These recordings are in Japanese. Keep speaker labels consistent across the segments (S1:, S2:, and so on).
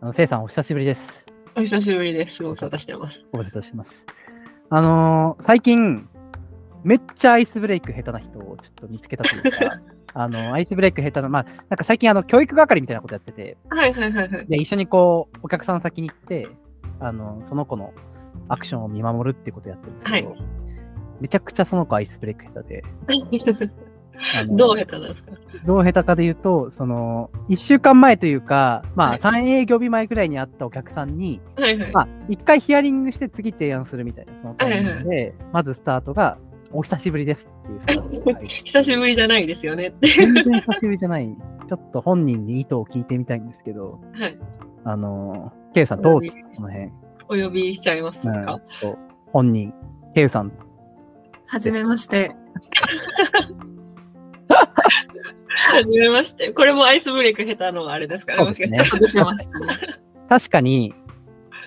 S1: あの、せいさん、お久しぶりです。
S2: お久しぶりです。ご無沙汰してます。
S1: ご無沙汰します。あのー最近、めっちゃアイスブレイク下手な人をちょっと見つけたというか、 あの、アイスブレイク下手な、まあ、なんか最近、あの、教育係みたいなことやってて、
S2: はいはいはいはい。
S1: で、一緒にこう、お客さん先に行って、あの、その子のアクションを見守るっていうことをやってるんですけど、
S2: は
S1: めちゃくちゃその子アイスブレイク下手で、あの
S2: どう下手なんですか
S1: どう下手かで言うと、その、1週間前というか、ま
S2: は
S1: あ、
S2: い
S1: 3営業日前ぐらいに会ったお客さんに、
S2: はいはい。
S1: まあ、1回ヒアリングして次提案するみたいな、そのタイミングで、まずスタートが、お久しぶりですっていうスタートが入 って。
S2: 久しぶりじゃないですよねって。
S1: 全然久しぶりじゃない。ちょっと本人に意図を聞いてみたいんですけど、
S2: はい。
S1: あの、ケイさんどうですかこの辺。
S2: お呼びしちゃいますか、
S1: うんそう本人、ケイさん。
S3: はじめまして。
S2: はじめまして。これもアイスブレイク下手のあれですから、
S1: そうですね
S2: もしかし
S3: 出てましたね。
S1: 確かに、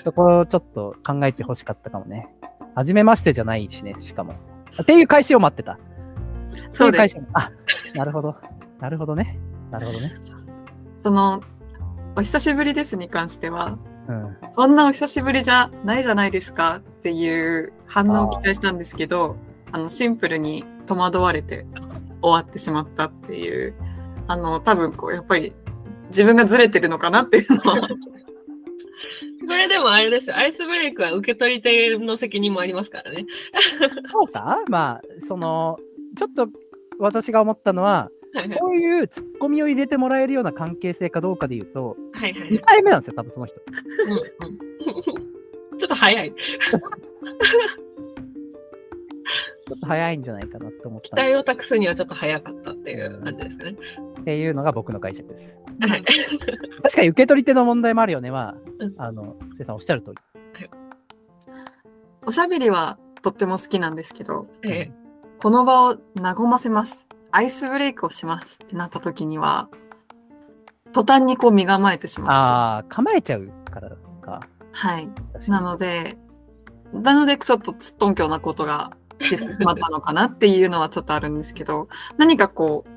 S1: そこをちょっと考えてほしかったかもね。はじめましてじゃないしね、しかも。っていう開始を待ってた。
S3: そうで
S1: 会
S3: す。
S1: 社もあ、なるほど。なるほどね。なるほどね。
S3: その、お久しぶりですに関しては、
S1: うん。
S3: そんなお久しぶりじゃないじゃないですかっていう反応を期待したんですけど、あの、シンプルに戸惑われて終わってしまったっていう、あの、多分こう、やっぱり自分がずれてるのかなっていうのは、
S2: た これでもあれですよ。アイスブレイクは受け取り手の責任もありますからね。
S1: そうかまあ、その、ちょっと私が思ったのは、
S2: はいはい。
S1: そういうツッコミを入れてもらえるような関係性かどうかで言うと、
S2: はいはい
S1: 2回目なんですよ、多分その人。
S2: うんうん ちょっと早い。期
S1: ちょっと早いんじゃないかなって思ったん
S2: 待
S1: で
S2: を託すにはちょっと早かったっていう感じですかね。
S1: すっていうのが僕の解釈です。
S2: はい
S1: 確かに受け取り手の問題もあるよねは
S2: うん、
S1: あの、せいさんおっしゃる通り。
S3: おしゃべりはとっても好きなんですけど、
S2: え
S3: この場を和ませます。アイスブレイクをしますってなった時には、途端にこう身構えてしまう。
S1: ああ、構えちゃうからか。
S3: はい。
S1: 確
S3: な
S1: か
S3: ので、なのでちょっとつっとんきょうなことが出てしまったのかなっていうのはちょっとあるんですけど、何かこう、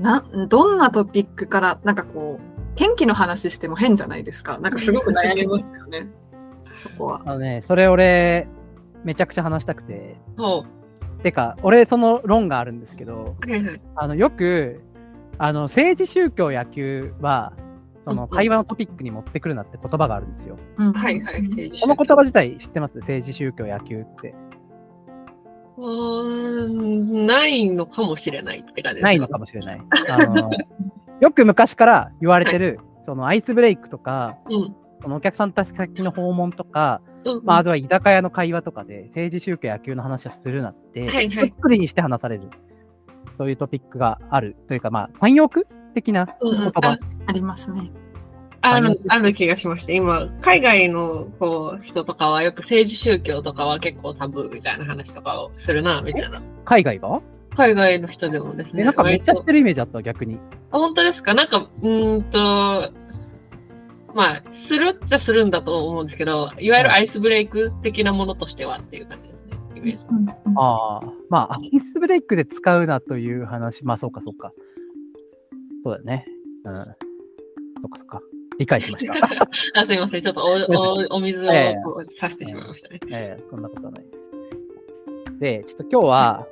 S3: な、どんなトピックから、なんかこう、天気の話しても変じゃないですか。なんかすごく悩みますよね。そこは。
S1: あのね、それ俺、めちゃくちゃ話したくて。
S2: えも
S1: てか、俺、その論があるんですけど、
S2: う、はいはい。
S1: あのよくあの政治、宗教、野球はその
S2: うんうん
S1: 会話のトピックに持ってくるなって言葉があるんですよ。
S3: うん
S2: はいはい。政治
S1: この言葉自体知ってます政治、宗教、野球って。
S2: うーんないのかもしれないって感じです
S1: ないのかもしれない。あのよく昔から言われてる、そのアイスブレイクとか、
S2: うん。
S1: そのお客さんたち先の訪問とか、
S2: うん。
S1: まあ、あとは居酒屋の会話とかで政治、宗教、野球の話はするなって、
S2: はいは
S1: ゆっ
S2: い。
S1: くりにして話される。そういうトピックがあるというか、まあ、慣用句的な
S2: うんうん
S1: 言葉
S3: ありますね。
S2: ある、ある気がしました。今、海外のこう人とかはよく政治宗教とかは結構タブーみたいな話とかをするな、みたいな。
S1: 海外が
S2: 海外の人でもです
S1: え
S2: ね。
S1: なんかめっちゃし
S2: 割と
S1: てるイメージあったわ、逆に。
S2: あ本当ですかなんか、うーんと、まあ、するっちゃするんだと思うんですけど、いわゆるアイスブレイク的なものとしてはっていう感じですね。イメージ
S1: ああ、まあ、アイスブレイクで使うなという話、まあ、そうか、そうか。そうだよね。うん。そっか、そっか。理解しま した。
S2: あすいません。ちょっとおおお水を
S1: ええ
S2: こうさしてしまいましたね。
S1: ええそんなことはないです。で、ちょっと今日は、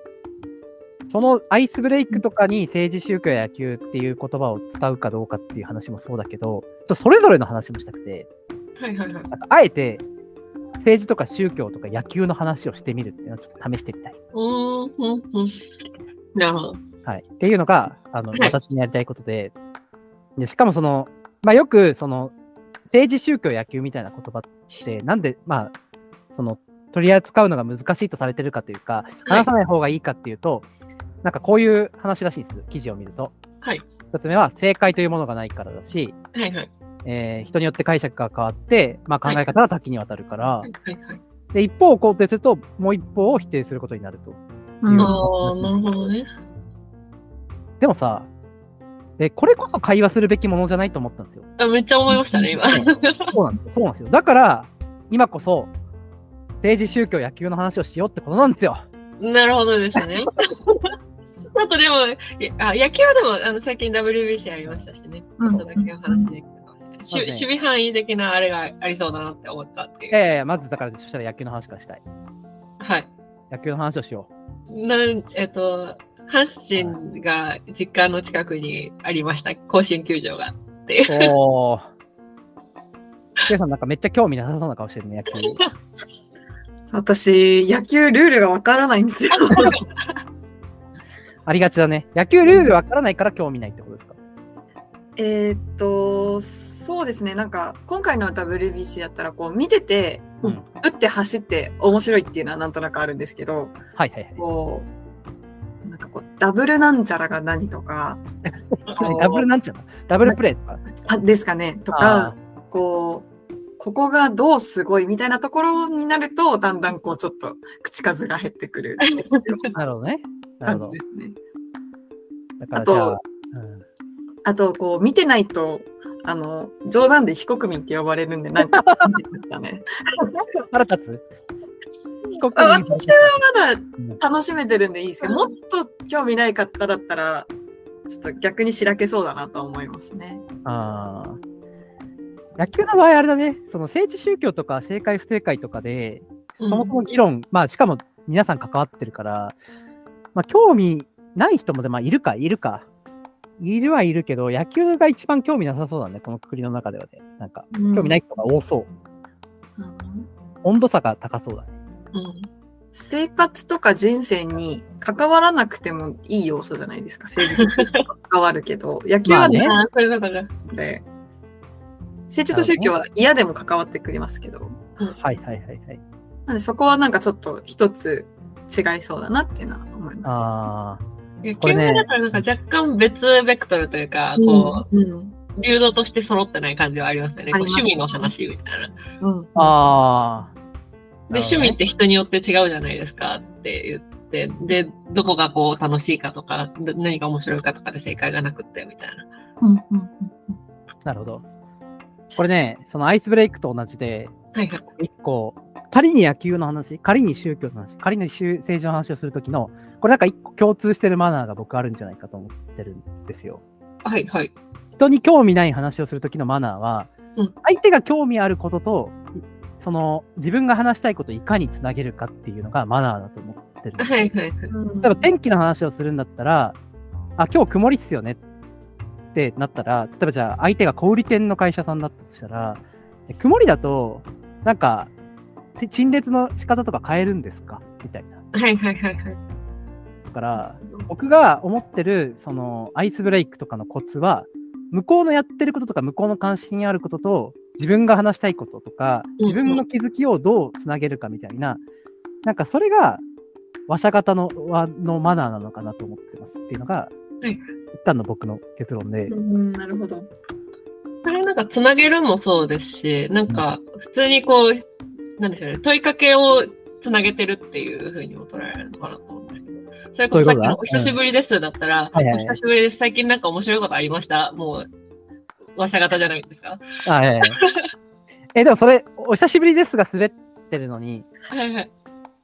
S1: そのアイスブレイクとかに政治、宗教や野球っていう言葉を使うかどうかっていう話もそうだけど、ちょっとそれぞれの話もしたくて、
S2: はいはいはい。
S1: なんかあえて政治とか宗教とか野球の話をしてみるっていうのをちょっと試してみたい。
S2: うーん、うん、うん。なるほど。
S1: はい、っていうのがあの
S2: はい
S1: 私にやりたいことででしかもその、まあ、よくその政治宗教野球みたいな言葉ってなんで、まあ、その取り扱うのが難しいとされてるかというか
S2: はい
S1: 話さない方がいいかっていうと、なんかこういう話らしいんです記事を見ると。
S2: はい
S1: 一つ目は正解というものがないからだし、
S2: はいはい。
S1: えー人によって解釈が変わって、まあ、考え方が多岐にわたるから、
S2: はいはいはい。
S1: で一方を肯定するともう一方を否定することになると。
S3: うん
S1: うん
S2: ああ、なるほどね。
S1: でもさでこれこそ会話するべきものじゃないと思ったんです よ。
S2: あめっちゃ思いましたね、今。
S1: そうなんですよ。そうなんですよ。だから、今こそ、政治、宗教、野球の話をしようってことなんですよ。
S2: なるほどですね。ちょっとでも、いあ野球はでもあの最近 WBC ありましたしね、ち
S3: うん
S2: ょっとだけお話できたかもしれない。
S1: そうね
S2: 守守備範囲的なあれがありそうだなって思ったっていう。
S1: ええまずだから、そしたら野球の話からしたい。
S2: はい。
S1: 野球の話をしよ
S2: なんえっと、阪神が実家の近くにありました、甲子園球場が。っていう
S1: う。。おお。 ケイさんなんかめっちゃ興味なさそうな顔してるね、野球。
S3: 私、野球ルールがわからないんですよ。
S1: ありがちだね。野球ルールわからないから興味ないってことですか。
S3: えーっと、そうですね、なんか、今回の WBC だったら、こう、見てて、
S1: うん
S3: 打って走って面白いっていうのはなんとなくあるんですけど、
S1: はいはいはい。
S3: こう、なんかこう、ダブルなんちゃらが何 とか、こう
S1: ダブルなんちゃうのダブルプレーとか。
S3: あですかね、と
S1: あ
S3: か、こう、ここがどうすごいみたいなところになると、だんだんこう、ちょっと口数が減ってくる
S1: ーなるほどね。なる
S3: 感
S1: ほ
S3: じ
S1: ど
S3: で。すね。
S1: だからじゃあ
S3: あ、あと、こう、見てないと、あの、冗談で非国民って呼ばれるんで、なん か、見てましたね。
S1: うん、 腹立つ被告
S3: あ
S1: 人
S3: 私は
S1: う
S3: まだ楽しめてるんでいいですけど、もっと興味ない方だったら、ちょっと逆にしらけそうだなと思いますね。。
S1: あー野球の場合あれだね、その政治宗教とか正解不正解とかで、
S2: う
S1: そ
S2: ん
S1: もそも議論、まあしかも皆さん関わってるから、まあ興味ない人もで、まあ、いるか、いるか。いるはいるけど、野球が一番興味なさそうだね、このくくりの中ではね。なんか、興味ないい人が多そう。
S3: うん
S1: 温度差が高そうだね。
S2: うん
S3: 生活とか人生に関わらなくてもいい要素じゃないですか。政治と宗教は関わるけ ど、野球は
S1: まあね
S3: な
S2: ああ、そういうことか。
S3: ので、政治と宗教は嫌でも関わってくれますけど、
S1: はいはいはいはい。
S3: なんでそこはなんかちょっと一つ違いそうだなっていうのは思いま
S1: ああ、
S2: 野球
S1: これね
S2: はだからなんか若干別ベクトルというか、
S3: す。
S2: こ
S3: うんうん
S2: う、流動として揃ってない感じはありますよね。こう
S3: あります
S2: 趣味の話みたいな。
S3: うん
S1: ああ。
S2: で、
S1: なるほ
S2: 趣
S1: ど
S2: 味
S1: ね
S2: って人によって違うじゃないですかって言って、で、どこがこう楽しいかとか、ど何が面白いかとかで正解がなくってみたいな。
S3: うんうん
S1: なるほど。これね、そのアイスブレイクと同じで、
S2: はいはい。
S1: 一個、仮に野球の話、仮に宗教の話、仮に宗政治の話をするときの、これなんか一個共通してるマナーが僕あるんじゃないかと思ってるんですよ。
S2: はいはい。
S1: 人に興味ない話をするときのマナーは、
S2: うん
S1: 相手が興味あることと、その自分が話したいことをいかにつなげるかっていうのがマナーだと思ってるんです
S2: はいはいはい。
S3: うん。
S1: 例えば天気の話をするんだったら、あ、今日曇りっすよねってなったら、例えばじゃあ相手が小売店の会社さんだとしたら、え曇りだと、なんか、て陳列の仕方とか変えるんですかみたいな。
S2: はいはいはいはい。
S1: だから、僕が思ってる、その、アイスブレイクとかのコツは、向こうのやってることとか、向こうの関心にあることと、自分が話したいこととか、自分の気づきをどうつなげるかみたいな、なんかそれが、話者型のわのマナーなのかなと思ってますっていうのが、
S2: はい
S1: 一旦の僕の結論で、
S3: うん、なるほど。
S2: それなんかつなげるもそうですし、なんか普通にこう、なんでしょうね、問いかけをつなげてるっていうふうにも捉えられるのかなと思うんですけど。それこそさっきの
S1: ど
S2: お
S1: ういうことだ
S2: 久しぶりですだったら、
S1: はいはいはい
S2: お久しぶりです、最近なんか面白いことありましたもう、わしゃ型じゃないですか。
S1: あえええでもそれ、お久しぶりですが滑ってるのに、
S2: はいはい。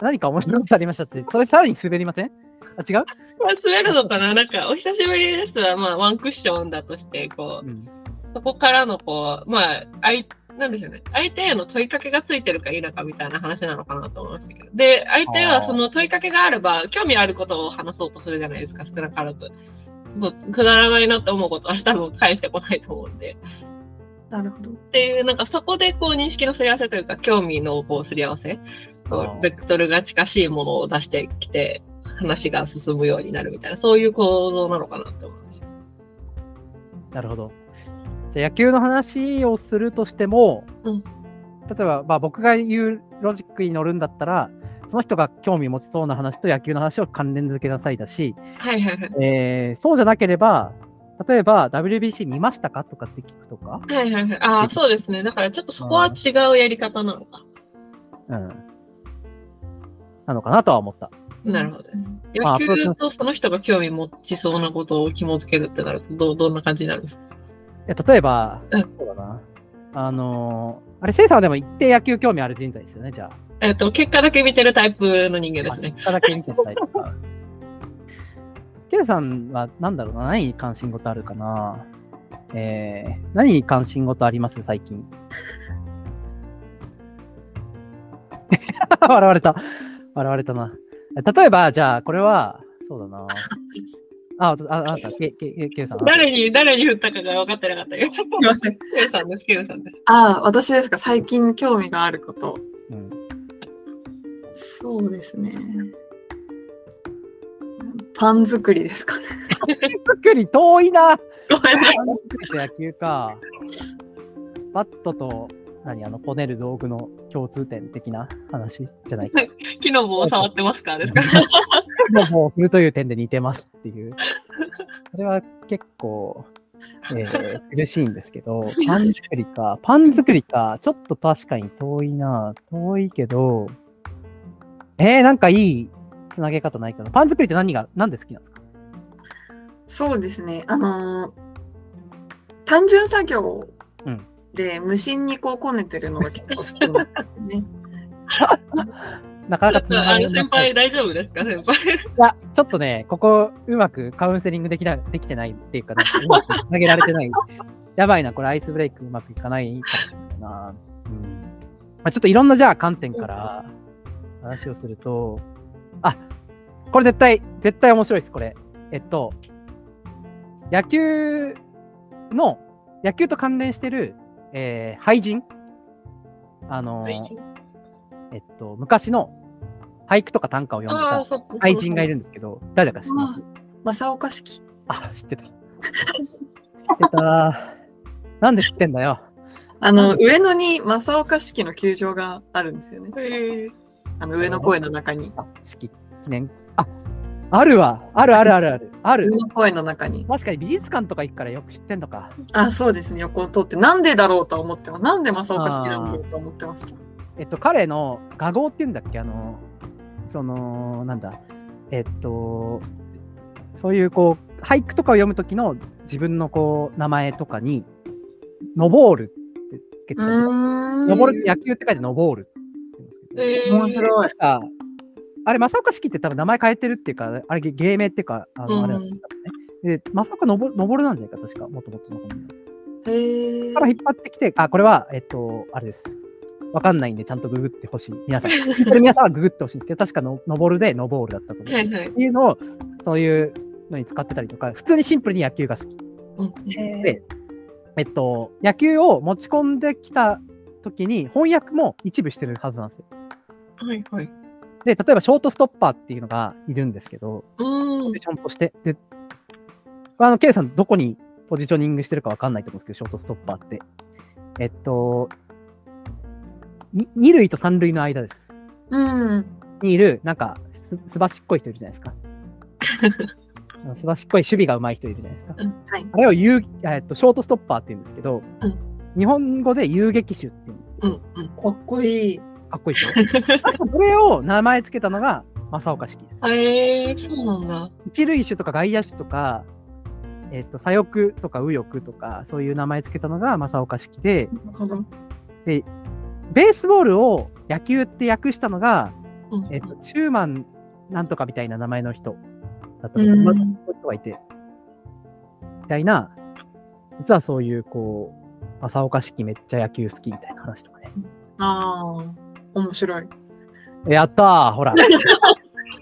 S1: 何か面白いことありましたって、それさらに滑りませんあ、違う、
S2: 滑るのかななんか、お久しぶりですは、まあ、ワンクッションだとして、こう、
S1: うん、
S2: そこからの、こう、まあ、あい、なんでしょうね。相手への問いかけがついてるか否かみたいな話なのかなと思いましたけど。で、相手
S1: あ
S2: は
S1: ー
S2: その問いかけがあれば、興味あることを話そうとするじゃないですか、少なからず。こうくだらないなって思うことは多分返してこないと思うんで。
S3: なるほど。
S2: っていう、なんかそこでこう認識のすり合わせというか、興味のこうすり合わせ、こ
S1: あー
S2: うベクトルが近しいものを出してきて、話が進むようになるみたいな、そういう構造なのかなって思いました。
S1: なるほど。じゃあ野球の話をするとしても、
S2: うん
S1: 例えば、まあ、僕が言うロジックに乗るんだったら、その人が興味持ちそうな話と野球の話を関連づけなさいだし、
S2: はいはいはい。
S1: えーそうじゃなければ、例えば WBC 見ましたかとかって聞くとか、
S2: はいはいはい。ああ、そうですね。だからちょっとそこは違うやり方なのか。
S1: うん、なのかなとは思った。
S2: なるほど。
S1: まあ
S2: 野球とその人が興味持ちそうなことを紐づけるってなると、どうどんな感じになるんですか
S1: いや例えば、
S2: うん
S1: そうだな。あのーあれ、せいさんはでも一定野球興味ある人材ですよね、じゃあ。
S2: えっと、結果だけ見てるタイプの人間ですね。
S1: 結果だけ見てたりとか。 ケイさんは、なんだろうな、何に関心事あるかな。えー、何に関心事あります最近。 笑われた。笑われたな。例えば、じゃあ、これは、そうだな。あ、ああなた、ケイケイケイさん。
S2: 誰に、誰に振ったかが分かってなかったけど。す
S3: みません。
S2: ケイさんです、ケイさんです。
S3: ああ、私ですか、最近興味があること。
S1: うん
S3: そうですね。パン作りですかね。
S1: 作り遠いな。
S3: ごめんなさい。
S1: 野球か。バットと、何、あの、こねる道具の共通点的な話じゃないか。
S2: 木の棒を触ってますかですか
S1: もう、もう、振るという点で似てますっていう。それは結構、えー、苦しいんですけど
S3: す、い
S1: パ
S3: ません
S1: ン作りか。パン作りか。ちょっと確かに遠いな。遠いけど、えー、なんかいいつなげ方ないかな。パン作りって何が、なんで好きなんですか
S3: そうですね。あのー単純作業
S1: うん
S3: で無心にこうこねてるのが結構好きなん ですね。
S1: なかなかつなが
S2: あ
S1: り
S2: の
S1: が
S2: 先
S1: ない
S2: 輩大丈夫ですか先輩。
S1: いや、ちょっとね、ここ、うまくカウンセリングできなできてないっていうか、なんかうまくつなげられてない。やばいな、これアイスブレイクうまくいかないかもしれないな。うんまあ、ちょっといろんな、じゃあ観点から話をすると、あ、これ絶対、絶対面白いです、これ。えっと、野球の、野球と関連してる、えー、廃人あのー、えっと、昔の俳句とか短歌を読んでた
S2: ああ、そっか。
S1: 愛人がいるんですけど、誰だか知ってます
S3: 正岡式。
S1: あ、知ってた。知ってた。なんで知ってんだよ。
S3: あの、上野に正岡式の球場があるんですよね。
S2: えー。
S3: あの、上野公園の中に。
S1: あ、式記念。あ、あるわ。あるあるあるある。あ
S3: 上
S1: る。
S3: 野公園の中に。
S1: 確かに美術館とか行くからよく知ってんのか。
S3: あ、そうですね。横を通って、なんでだろうとは思ってます。なんで正岡式なんだろうと思ってました。
S1: えっと、彼の画号っていうんだっけあの、その、なんだ。えっと、そういうこう、俳句とかを読むときの自分のこう、名前とかに、のぼーるってつけてたりとか
S3: うーん。
S1: 登る、野球って書いて登るって言うんですけど。
S2: えー
S3: 面白い。
S1: 確か、あれ、正岡式って多分名前変えてるっていうか、あれ、げ芸名っていうか、あの、あれだったんだね。で、正岡登る登るなんじゃないか、確か、もともとの本名。
S3: へえ
S1: から引っ張ってきて、あ、これは、えっと、あれです。わかんないんで、ちゃんとググってほしい。皆 さん。これ皆さんはググってほしいんですけど、確かの、登るで、登るだったと思う。
S2: は
S1: っ
S2: いはい。
S1: ていうのを、そういうのに使ってたりとか、普通にシンプルに野球が好き。
S3: へ
S1: えっと、野球を持ち込んできた時に、翻訳も一部してるはずなんですよ
S2: はいはい。
S1: で、例えばショートストッパーっていうのがいるんですけど、
S2: うー
S1: ポ
S2: ん
S1: ジ。ションとして。で、あの、ケイさん、どこにポジショニングしてるかわかんないと思うんですけど、ショートストッパーって。えっと、に二塁と三塁の間です。
S3: うん。
S1: にいる、なんか、すすばしっこい人いるじゃない ですか。あのすばしっこい守備が上手い人いるじゃないですか。
S2: うん
S3: はい
S1: あれを遊えっと、ショートストッパーって言うんですけど、
S2: うん
S1: 日本語で遊撃手って言うんですよ
S2: うんうん。
S3: かっこいい。
S1: かっこいいでしょ 確かそれを名前つけたのが正岡式です。
S2: えー、そうなんだ。
S1: 一塁手とか外野手とか、えっと左翼とか右翼とかそういう名前つけたのが正岡式で
S3: なるほど。
S1: ベースボールを野球って訳したのが、
S2: うん
S1: えっと中満なんとかみたいな名前の人だった
S3: う
S1: りとか、まあそ
S3: ん
S1: ういう人がいてみたいな実はそういうこう正岡式めっちゃ野球好きみたいな話とかね
S3: ああ、面白い。
S1: やったー ほら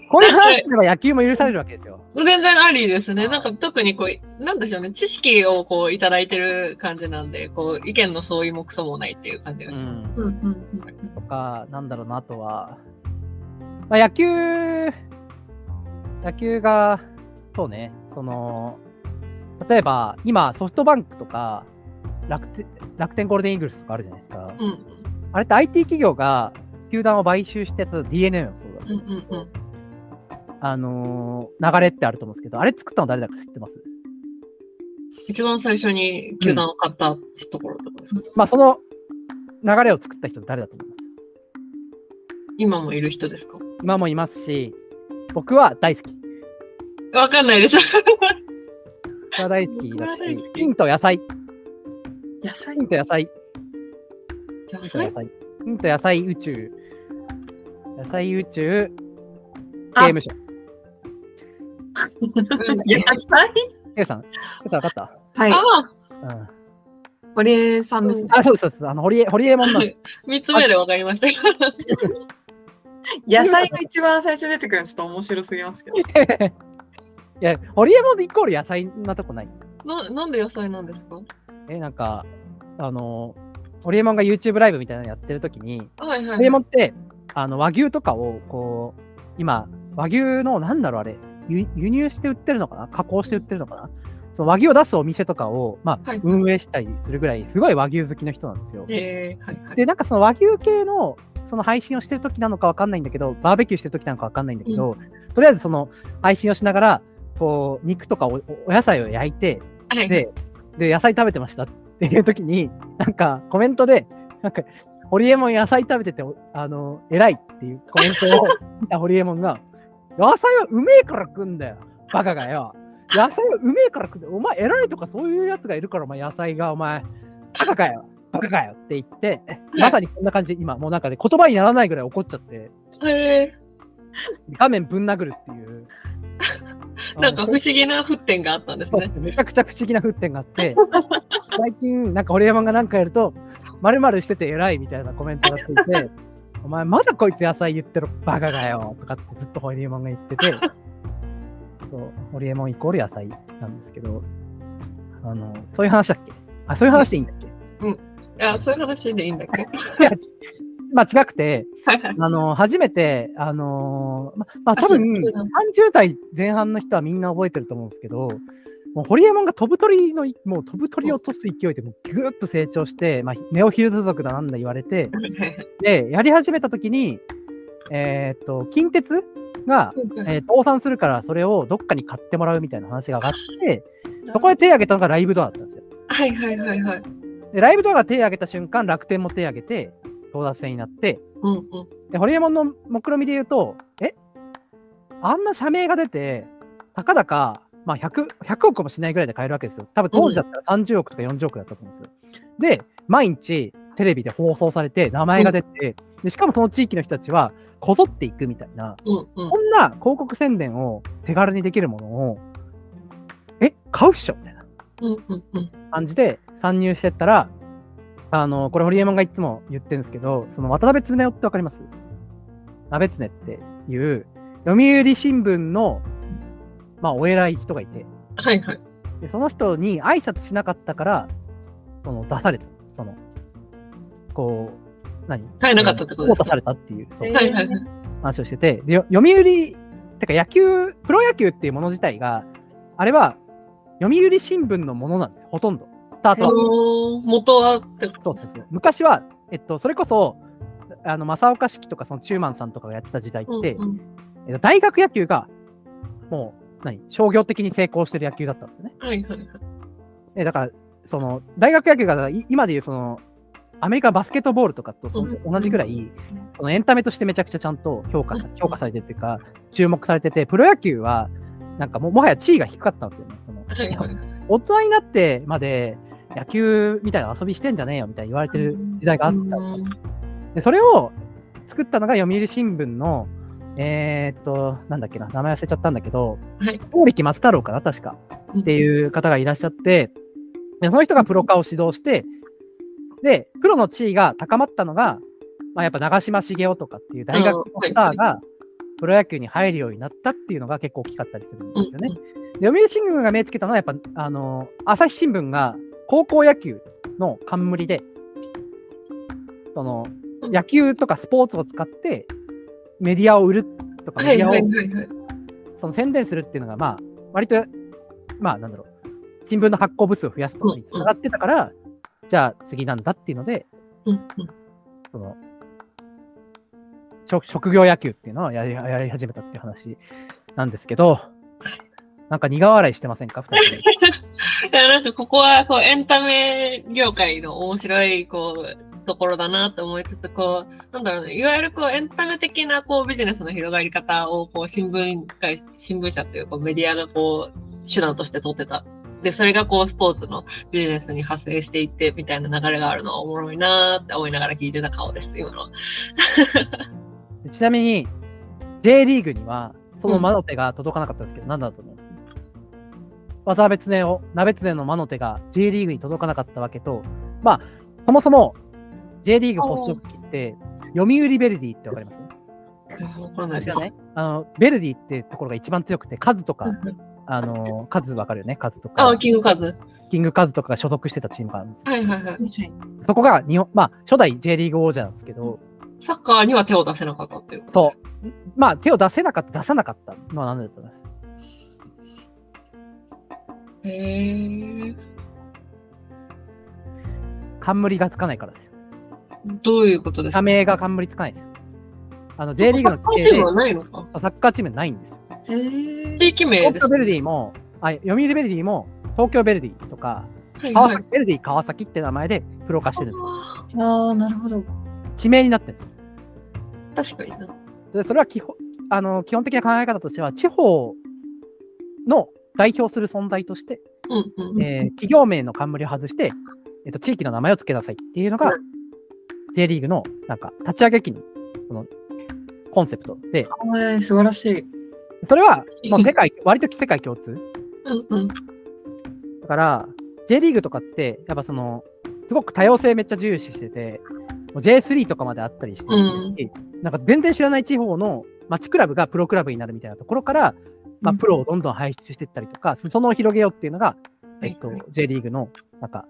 S1: こういう話すれば野球も許されるわけですよ
S2: 全然ありですね。
S1: は
S2: ないんか特にこう、なんでしょうね。知識をこういただいてる感じなんで、こう、意見の相違もクソもないっていう感じがします。
S3: うんうん
S1: とか、なんだろうな、あとは、まあ、野球、野球が、そうね、その、例えば、今、ソフトバンクとか、楽天楽天ゴールデンイーグルスとかあるじゃないですか。
S2: うん
S1: あれって IT 企業が球団を買収して、d n a もそうだと
S2: うん
S1: 思うんですけ
S2: うん
S1: ど、
S2: うんうん。
S1: あのー流れってあると思うんですけど、あれ作ったの誰だか知ってます
S2: 一番最初に球団を買ったところとかですか、
S1: まあ、その流れを作った人誰だと思います
S2: 今もいる人ですか
S1: 今もいますし、僕は大好き。
S2: わかんないです。
S1: 僕は大好きだし
S2: 僕は大好、き
S1: ヒント野菜。
S3: うん。野菜
S1: ヒント野菜。
S2: 野
S1: ヒント野
S2: 菜
S1: 菜。ヒント野菜宇宙。野菜宇宙刑
S3: あ
S1: 務所。ケ
S3: 野菜
S1: イさん、ケイさん分かった
S3: はい。
S2: あ、
S1: うん、
S3: 堀江さんですね。
S1: あ、そうですそうです。あの、堀江、堀江も んなんです。
S2: 三つ目でわかりました。
S3: 野菜が一番最初出てくるのちょっと面白すぎますけど。
S1: いや、堀江もんイコール野菜なとこない。
S2: ななんで野菜なんですか
S1: え、なんか、あの、ホリエモンが YouTube ライブみたいなのやってるときに、
S2: はいは
S1: ホ
S2: い。
S1: リエモンって、あの、和牛とかを、こう、今、和牛の、なんだろうあれ、輸輸入して売ってるのかな加工して売ってるのかなその和牛を出すお店とかを、まあ
S2: はい、
S1: 運営したりするぐらい、すごい和牛好きの人なんですよ。
S2: えー、はいはい。
S1: で、なんかその和牛系の、その配信をしてるときなのかわかんないんだけど、バーベキューしてるときなのかわかんないんだけど、とりあえずその配信をしながら、こう、肉とかおお野菜を焼いて、
S2: はい、
S1: で、で、野菜食べてましたっていう時に、なんかコメントで、なんか、ホリエモン野菜食べてて、おあの、偉いっていうコメントを見たホリエモンが、野菜はうめえから食うんだよ、バカがよ。野菜はうめえから食うんだよ。お前偉いとかそういうやつがいるから、お前野菜がお前、バカかよ、バカかよって言って、まさにこんな感じで今、もうなんかね、言葉にならないぐらい怒っちゃって、
S2: え
S1: 画面ぶん殴るっていう。
S2: ー、 なんか不思議な沸点があったんです
S1: そうです
S2: ね。
S1: ね、めちゃくちゃ不思議な沸点があって、 最近、なんか、堀山がなんかやると、まるまるしてて偉いみたいなコメントがついて、 お前、まだこいつ野菜言ってるバカがよとかってずっと堀山が言って て、そう堀山イコール野菜なんですけど、あの、そういう話だっけあ、そういう話でいいんだっけ
S2: いや、そういう話でいいんだっけ
S1: いや、ち まあ、違くて、
S2: はいはい。
S1: あの、初めて、あのーま、まあ、多分、
S2: あそうだ
S1: 30代前半の人はみんな覚えてると思うんですけど、もう堀エモ門が飛ぶ鳥のい、もう飛ぶ鳥を落とす勢いでもうぐーっと成長して、まあ、ネオヒルズ族だなんだ言われて、で、やり始めた時に、えーっと、近鉄が、えー倒産するからそれをどっかに買ってもらうみたいな話が上がって、そこで手を挙げたのがライブドアだったんですよ。
S2: はいはいはいはい。
S1: で、ライブドアが手を挙げた瞬間、楽天も手を挙げて、争奪戦になって、
S2: うんうん。
S1: で、ホリエモンの目論見で言うと、えあんな社名が出て、たかだか、まあ100、100億もしないぐらいで買えるわけですよ。多分当時だったら30億とか40億だったと思うんですよ。で、毎日テレビで放送されて、名前が出て、で、しかもその地域の人たちは、こぞっていくみたいな、
S2: うんうん
S1: こ。んな広告宣伝を手軽にできるものを、え買うっしょみたいな。
S2: うんうんうん。
S1: 感じで参入してったら、あの、これ、ホリエモンがいつも言ってるんですけど、その渡辺恒夫ってわかります鍋恒っていう、読売新聞の、まあ、お偉い人がいて、
S2: はいはい。
S1: でその人に挨拶しなかったから、その出された。その、こう、何
S2: 買えなかったってことで
S1: 淘
S2: すか
S1: 汰されたっていう、そう
S3: えー
S2: はいはいはい。
S1: 話をしてて、でよ読売、てか野球、プロ野球っていうもの自体が、あれは、読売新聞のものなんですよ、ほとんど。スタートは。
S2: おー元はってこ
S1: そうですね。昔は、えっと、それこそ、あの、正岡式とか、その中満さんとかがやってた時代って、
S2: と。うんうん
S1: えっと大学野球が、もう、何商業的に成功してる野球だったんですね。
S2: はいはいはい。
S1: え、だから、その、大学野球が、い今でいう、その、アメリカバスケットボールとかとその
S2: うん
S1: 同じぐらい、そのエンタメとしてめちゃくちゃちゃんと評価さ評価されてるっていうか、注目されてて、プロ野球は、なんかもうもはや地位が低かったんですよね。その
S2: はいはい。
S1: 大人になってまで野球みたいな遊びしてんじゃねえよみたいに言われてる時代があったんですよ
S2: うん
S1: で、それを作ったのが読売新聞の、えーっと、なんだっけな、名前忘れちゃったんだけど、
S2: はい
S1: 剛力松太郎かな、確か。っていう方がいらっしゃって、でその人がプロ化を指導して、で、プロの地位が高まったのが、まあ、やっぱ長嶋茂雄とかっていう大学のスターが、プロ野球に入るようになったっていうのが結構大きかったりするんですよね。で読売新聞が目つけたのは、やっぱ、あの、朝日新聞が高校野球の冠で、その、
S2: うん
S1: 野球とかスポーツを使ってメディアを売るとか、
S2: は
S1: メ
S2: い
S1: ディア
S2: はいはい
S1: を
S2: はい。
S1: その宣伝するっていうのが、まあ、割と、まあ、なんだろう、新聞の発行部数を増やすことにつながってたから、じゃあ次なんだっていうので、
S2: うんうん
S1: その、職職業野球っていうのをやりやり始めたっていう話なんですけど、なんか苦笑いしてませんか、二人で。
S2: いや、なんかここは、こう、エンタメ業界の面白い、こう、ところだなと思いつつ、こう、なんだろうね、いわゆるこう、エンタメ的な、こう、ビジネスの広がり方を、こう、新聞会、新聞社っていう、こう、メディアが、こう、手段として取ってた。で、それが、こう、スポーツのビジネスに派生していって、みたいな流れがあるのはおもろいなーって思いながら聞いてた顔です、今のは。
S1: でちなみに、J リーグには、その魔の手が届かなかったんですけど、何だと思います渡辺恒夫、鍋恒の魔の手が J リーグに届かなかったわけと、まあ、そもそも J リーグ発足期って、読売ベルディってわかります
S2: わかんない
S1: です
S2: です
S1: よね。あの、ベルディってところが一番強くて、カズとか、
S2: うん
S1: あの、カズわかるよね、カズとか
S2: あ、、キングカズ。
S1: キングカズとかが所属してたチームがあるんですよ
S2: はいはいはい。
S1: そこが日本、まあ、初代 J リーグ王者なんですけど、
S2: サッカーには手を出せなかったっていう。
S1: そう。まあ、手を出せなかった、出さなかったのは何だと思います。
S2: へえ。
S1: 冠がつかないからですよ。
S2: どういうことです
S1: 社
S2: か
S1: 名が冠つかないですよ。あの、J リーグの
S2: サッカー
S1: 規
S2: チー
S1: 定で
S2: ムはないのか。
S1: サッカーチームないんですよ。
S3: えー
S2: 地域名
S1: 東
S2: です
S1: 京。ベルディも、あ、読売ベルディも、東京ベルディとか、
S2: はい
S1: 川
S2: はい
S1: 崎、ベルディ川崎って名前でプロ化してるんですよ。
S2: あ
S3: ああ、なるほど。
S1: 地名になってるんですよ
S2: ー確かにな。
S1: でそれは基本あの基本的な考え方としては、地方の代表する存在として、
S2: うんうん。
S1: えー企業名の冠を外して、えっと、地域の名前を付けなさいっていうのが
S2: う、
S1: J リーグのなんか立ち上げ期のこのコンセプトで、
S3: えー、素晴らしい。
S1: それ はもう世界割と世界共通。
S2: うんうん。
S1: だから、J リーグとかって、やっぱその、すごく多様性めっちゃ重視してて、もう J3 とかまであったりしてるし、なんか全然知らない地方の町クラブがプロクラブになるみたいなところから、まあ、
S3: うん
S1: プロをどんどん輩出していったりとか、裾野を広げようっていうのが、えっと
S2: はい、
S1: J リーグの、なんか、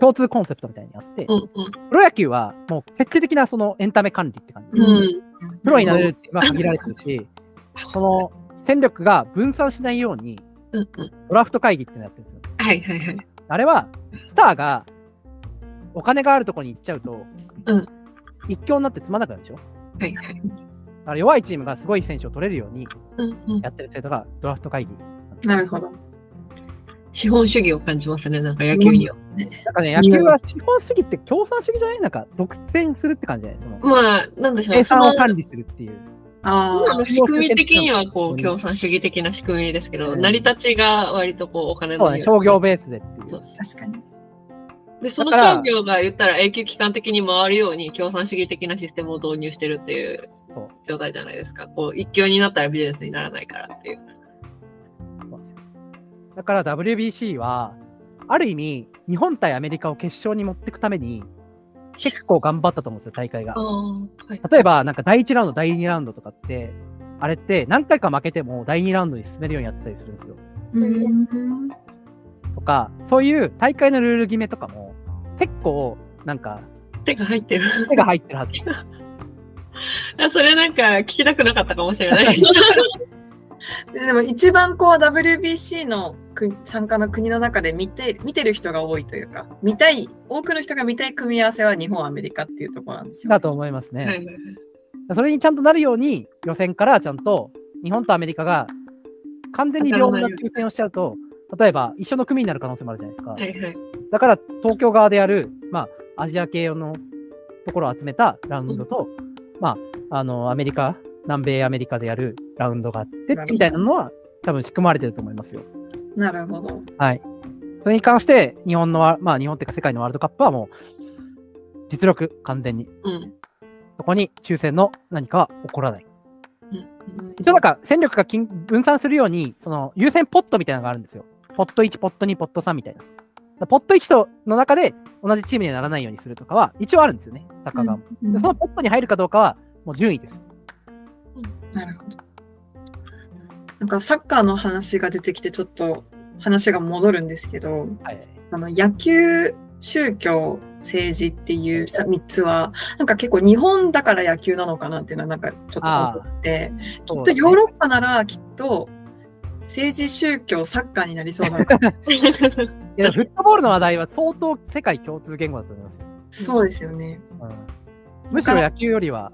S1: 共通コンセプトみたいにあって、
S2: うんうん。
S1: プロ野球はもう徹底的なそのエンタメ管理って感じ。
S2: うん。
S1: プロになれるチームは限られてるし、その戦力が分散しないように、
S2: うんうん。
S1: ドラフト会議っていうのやってるんですよ。
S2: はいはいはい。
S1: あれは、スターがお金があるとこに行っちゃうと、
S2: うん
S1: 一強になってつまんなくなるでしょだ
S2: はいはい。
S1: から弱いチームがすごい選手を取れるように
S2: うんうん。
S1: やってる制度がドラフト会議。
S3: なるほど。
S2: 資本主義を感じますね、なんか野球には。
S1: なんかね、野球は資本主義って共産主義じゃないなんか独占するって感じじゃないその
S2: まあ、なんでしょ
S1: 生
S2: う。そ
S1: 産を
S2: の
S1: 管理するっていう。
S3: あ
S2: 今
S3: あ
S2: の、仕組み的には、
S1: う
S2: こ
S1: ん
S2: う、共産主義的な仕組みですけど、
S1: うん
S2: 成り立ちが割とこう、お金
S1: そうだ
S2: の匂
S1: ね、
S2: い。
S1: 商業ベースでってい
S2: そうう。
S3: 確かに。
S2: で、その
S1: だから
S2: 商業が言ったら永久期間的に回るように共産主義的なシステムを導入してるっていう
S1: そう
S2: 状態じゃないですか。こう、一強になったらビジネスにならないからっていう。
S1: だから WBC は、ある意味、日本対アメリカを決勝に持っていくために、結構頑張ったと思うんですよ、大会が
S2: あ。あ、はい。
S1: 例えば、なんか第1ラウンド、第2ラウンドとかって、あれって何回か負けても第2ラウンドに進めるようになったりするんですよ。
S3: うん。
S1: とか、そういう大会のルール決めとかも、結構、なんか、
S2: 手が入ってる。
S1: 手が入ってるはず。
S2: あそれなんか聞きたくなかったかもし れない。
S3: ででも一番こう WBC の国参加の国の中で見て見てる人が多いというか、見たい、多くの人が見たい組み合わせは日本、アメリカっていうところなんですよ。
S1: だと思いますね。
S2: はいはい
S1: それにちゃんとなるように、予選からちゃんと日本とアメリカが完全に両方な抽選をしちゃうと、例えば一緒の組になる可能性もあるじゃないですか。
S2: はいはい。
S1: だから東京側でやる、まあ、アジア系のところを集めたラウンドと、まあ、あのアメリカ、南米アメリカでやるラウンドがあって
S3: なるほど
S1: みたいなのは、多分仕組まれてると思いますよ。
S3: なるほど。
S1: はい、それに関して、日本のワ、まあ、日本っていうか世界のワールドカップはもう、実力完全に、
S2: うん。
S1: そこに抽選の何かは起こらない。
S3: うん
S1: 一応、なんか戦力が均分散するように、その優先ポットみたいなのがあるんですよ。ポット1、ポット2、ポット3みたいな。だからポット1との中で同じチームにはならないようにするとかは、一応あるんですよね、サッカー側も。
S3: うん
S1: でそのポットに入るかどうかは、もう順位です。
S3: なるほど。なんかサッカーの話が出てきてちょっと話が戻るんですけど、
S1: はい。
S3: あの野球、宗教、政治っていうさ3つは、なんか結構日本だから野球なのかなっていうのはなんかちょっと思って、きっとヨーロッパならきっと政治、宗教、サッカーになりそうなのか
S1: いやフットボールの話題は相当世界共通言語だと思いますよ。
S3: そうですよね。
S1: うん、むしろ野球よりは、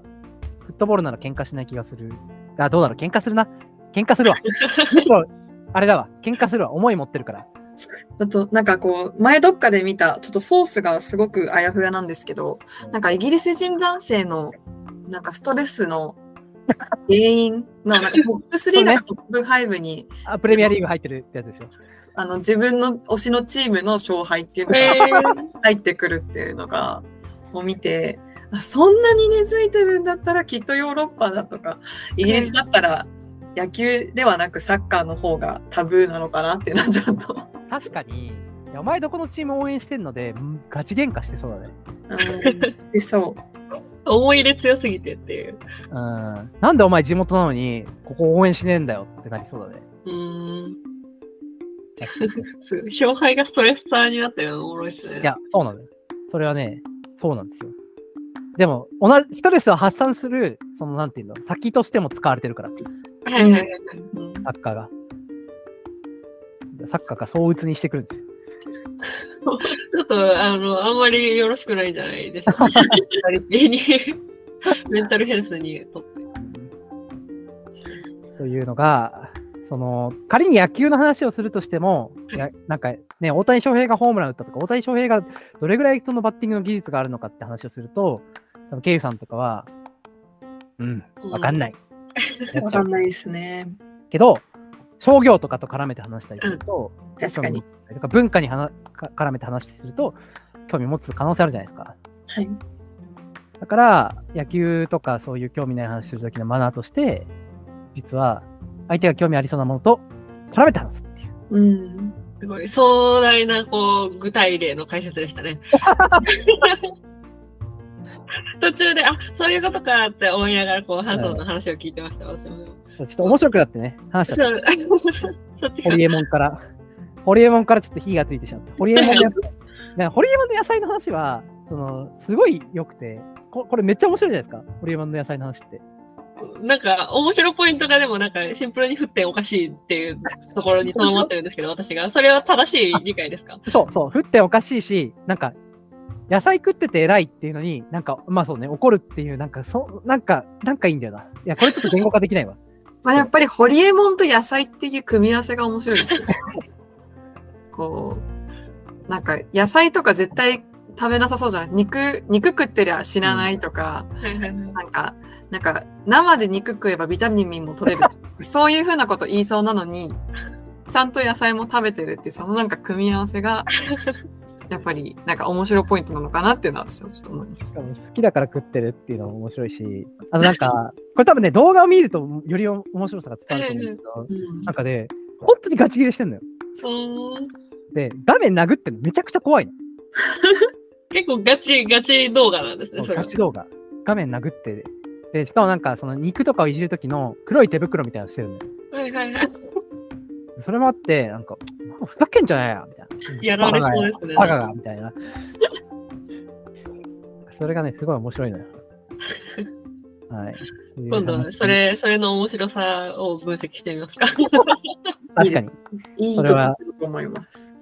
S1: フットボールなら喧嘩しない気がする。あ、どうだろう、喧嘩するな。喧嘩す るわ。むしろ、あれだわ、喧嘩するわ、思い持ってるから。
S3: あと、なんかこう、前どっかで見た、ちょっとソースがすごくあやふやなんですけど、なんかイギリス人男性の、なんかストレスの原因の、なんかトップ3だかトップ5に、
S1: あプレミアリーグ入ってるってやつでしょ。
S3: あの、自分の推しのチームの勝敗っていうの
S2: え
S3: が
S2: ー
S3: 入ってくるっていうのが、を見て、あそんなに根付いてるんだったらきっとヨーロッパだとかイギリスだったら野球ではなくサッカーの方がタブーなのかなってなっちゃうと。
S1: 確かに、いやお前どこのチーム応援してんので、うんガチ喧嘩してそうだね。
S3: うん、で そう
S2: 思い入れ強すぎてっていう。
S1: うん。なんでお前地元なのに、ここ応援しねえんだよってなりそうだね。
S2: うーん。そう勝敗がストレッサーになってるのおもろいですね。
S1: いや、そうなんだよ。それはね、そうなんですよ。でも、同じ、ストレスを発散する、その、なんていうの、先としても使われてるから、
S2: はいはいはい。
S3: うん
S1: サッカーが。サッカーが相鬱にしてくるんですよ。
S2: ちょっと、あの、あんまりよろしくないんじゃないです か。 芸に、メンタルヘルスにとって。
S1: というのが、その、仮に野球の話をするとしても、いやなんかね、大谷翔平がホームラン打ったとか、大谷翔平がどれぐらいそのバッティングの技術があるのかって話をすると、多分ケイさんとかは、うん、わかんない。
S3: わかんないですね。
S1: けど、商業とかと絡めて話したりすると、
S3: 確かに。
S1: とか文化にはなか絡めて話すると、興味持つ可能性あるじゃないですか。
S3: はい。
S1: だから、野球とかそういう興味ない話するときのマナーとして、実は、相手が興味ありそうなものと絡めて話すっていう。
S3: うん。
S2: すごい壮大なこう具体例の解説でした ね。途中で、あそういうことかって思いながら、こう、ハンソンの話を聞いてました、私も。
S1: ちょっと面白くなってね、話しちゃっ
S2: そう、 そっち
S1: た。ホ
S2: か
S1: リエモンから、ホリエモンからちょっと火がついてしまった。ホリエモンのねホリエモンの野菜の話は、その、すごい良くて、ここれめっちゃ面白いじゃないですか。ホリエモンの野菜の話って。
S2: なんか、面白いポイントがでも、なんか、シンプルに振っておかしいっていうところにそう思ってるんです けど、私が。それは正しい理解ですか
S1: そうそう、降っておかしいし、なんか、野菜食ってて偉いっていうのに、なんか、まあそうね、怒るっていう、なんか、そなんか、なんかいいんだよな。いや、これちょっと言語化できないわ。
S3: まあ、やっぱりホリエモンと野菜っていう組み合わせが面白いです よね。こう、なんか野菜とか絶対食べなさそうじゃない肉、肉食ってりゃ死なないとか、
S2: はいはいはい。
S3: なんか、なんか生で肉食えばビタミンも取れる。 そういうふうなこと言いそうなのに、ちゃんと野菜も食べてるっていう、そのなんか組み合わせ が、やっぱりなんか面白いポイントなのかなっていうのは私はちょっと思いま
S1: し
S3: す。
S1: かも好きだから食ってるっていうのも面白いし、あのなん か、これ多分ね、動画を見るとより面白さが伝わると思うんだけど、
S3: うん
S1: なんかね、本当にガチ切れしてんのよ。
S2: そう
S1: で、画面殴ってるのめちゃくちゃ怖いの。
S2: 結構ガチガチ動画なんですね、それは
S1: ガチ動画。画面殴って。で、しかもなんか、その肉とかをいじるときの黒い手袋みたいなのしてるのよ。
S2: はいはいはい。
S1: それもあって、なんか、なんかふざけんじゃないやみたいな。
S2: やられそうですね
S1: バカがバカがみたいな。それがね、すごい面白 いのよ。はい。
S2: 今度は、そ。れ、それの面白さを分析してみますか。
S1: 確かに。
S3: いい
S1: そ
S3: と
S1: れ
S3: こ
S1: は
S3: だと思います。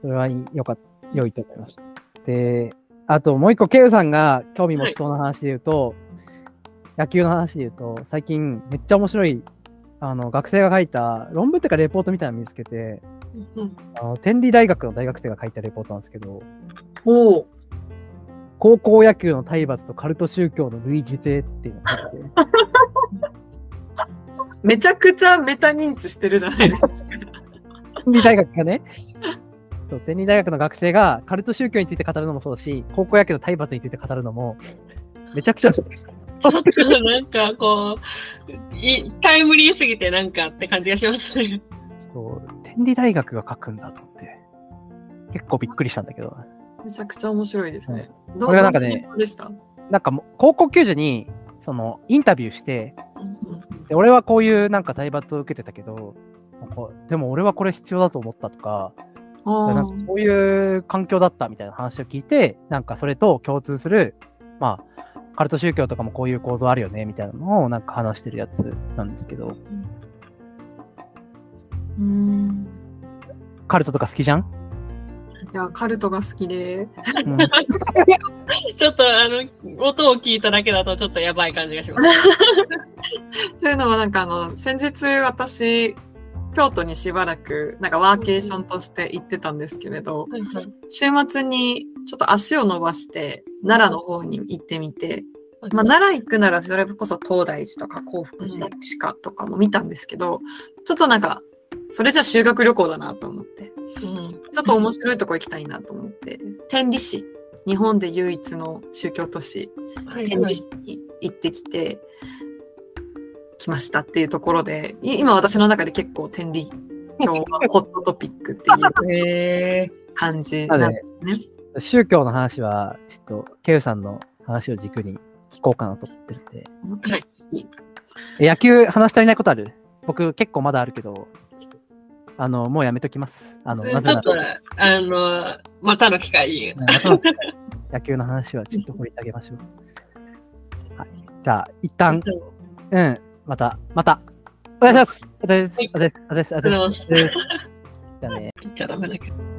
S1: それは良かっ良いと思いました。で、あともう一個、ケウさんが興味持ちそうな話で言うと、野球の話で言うと、最近めっちゃ面白い、あの、学生が書いた論文っていうかレポートみたいなの見つけて、
S2: うん
S1: あの、天理大学の大学生が書いたレポートなんですけど、
S3: おう
S1: 高校野球の体罰とカルト宗教の類似性っていうのがあ って、
S3: めちゃくちゃメタ認知してるじゃないですか。
S1: 天理大学がね、そう天理大学の学生がカルト宗教について語るのもそうだし、高校野球の体罰について語るのも、めちゃくちゃ、
S2: ちょっと なんかこう、いタイムリーすぎてなんかって感じがしますね。
S1: そう、天理大学が書くんだと思って、結構びっくりしたんだけど、
S3: めちゃくちゃ面白いですね。ど
S1: これがなんかね
S3: どうでした、
S1: なんかもう高校球児に、その、インタビューして、で俺はこういうなんか体罰を受けてたけど、なんかでも俺はこれ必要だと思ったとか、な
S3: あ
S1: んかこういう環境だったみたいな話を聞いて、なんかそれと共通する、まあ、カルト宗教とかもこういう構造あるよねみたいなのをなんか話してるやつなんですけど、
S3: ーうん
S1: カルトとか好きじゃん、
S3: いやカルトが好きで
S1: うん
S2: ちょっとあの、音を聞いただけだとちょっとやばい感じがし ます。
S3: というのはなんかあの先日私京都にしばらくなんかワーケーションとして行ってたんですけれど週末にちょっと足を伸ばして奈良の方に行ってみて、まあ、奈良行くならそれこそ東大寺とか興福寺鹿とかも見たんですけどちょっとなんかそれじゃ修学旅行だなと思って
S2: うん
S3: ちょっと面白いとこ行きたいなと思って天理市日本で唯一の宗教都市
S2: はい
S3: 展示室に行ってきてきましたっていうところでい今私の中で結構天理教はホットトピックっていう
S2: へ
S3: 感じなんですね。
S1: 宗教の話は、ちょっと、ケウさんの話を軸に聞こうかなと思ってるんで。
S2: はい
S1: え野球話足りないことある僕結構まだあるけど、あの、もうやめときます。あの、
S2: ー
S1: な
S2: ち
S1: ぜ
S2: ょ
S1: な
S2: っと
S1: ら、、
S2: あの、またの機会に。
S1: うんあと野球の話はちょっと掘り下げましょう。はい、じゃあ、一旦、うん、また、また。お願いします。お疲れ様です。お疲れ様です。お疲れ様です。お疲れ様です。
S2: 切っちゃダメだけど。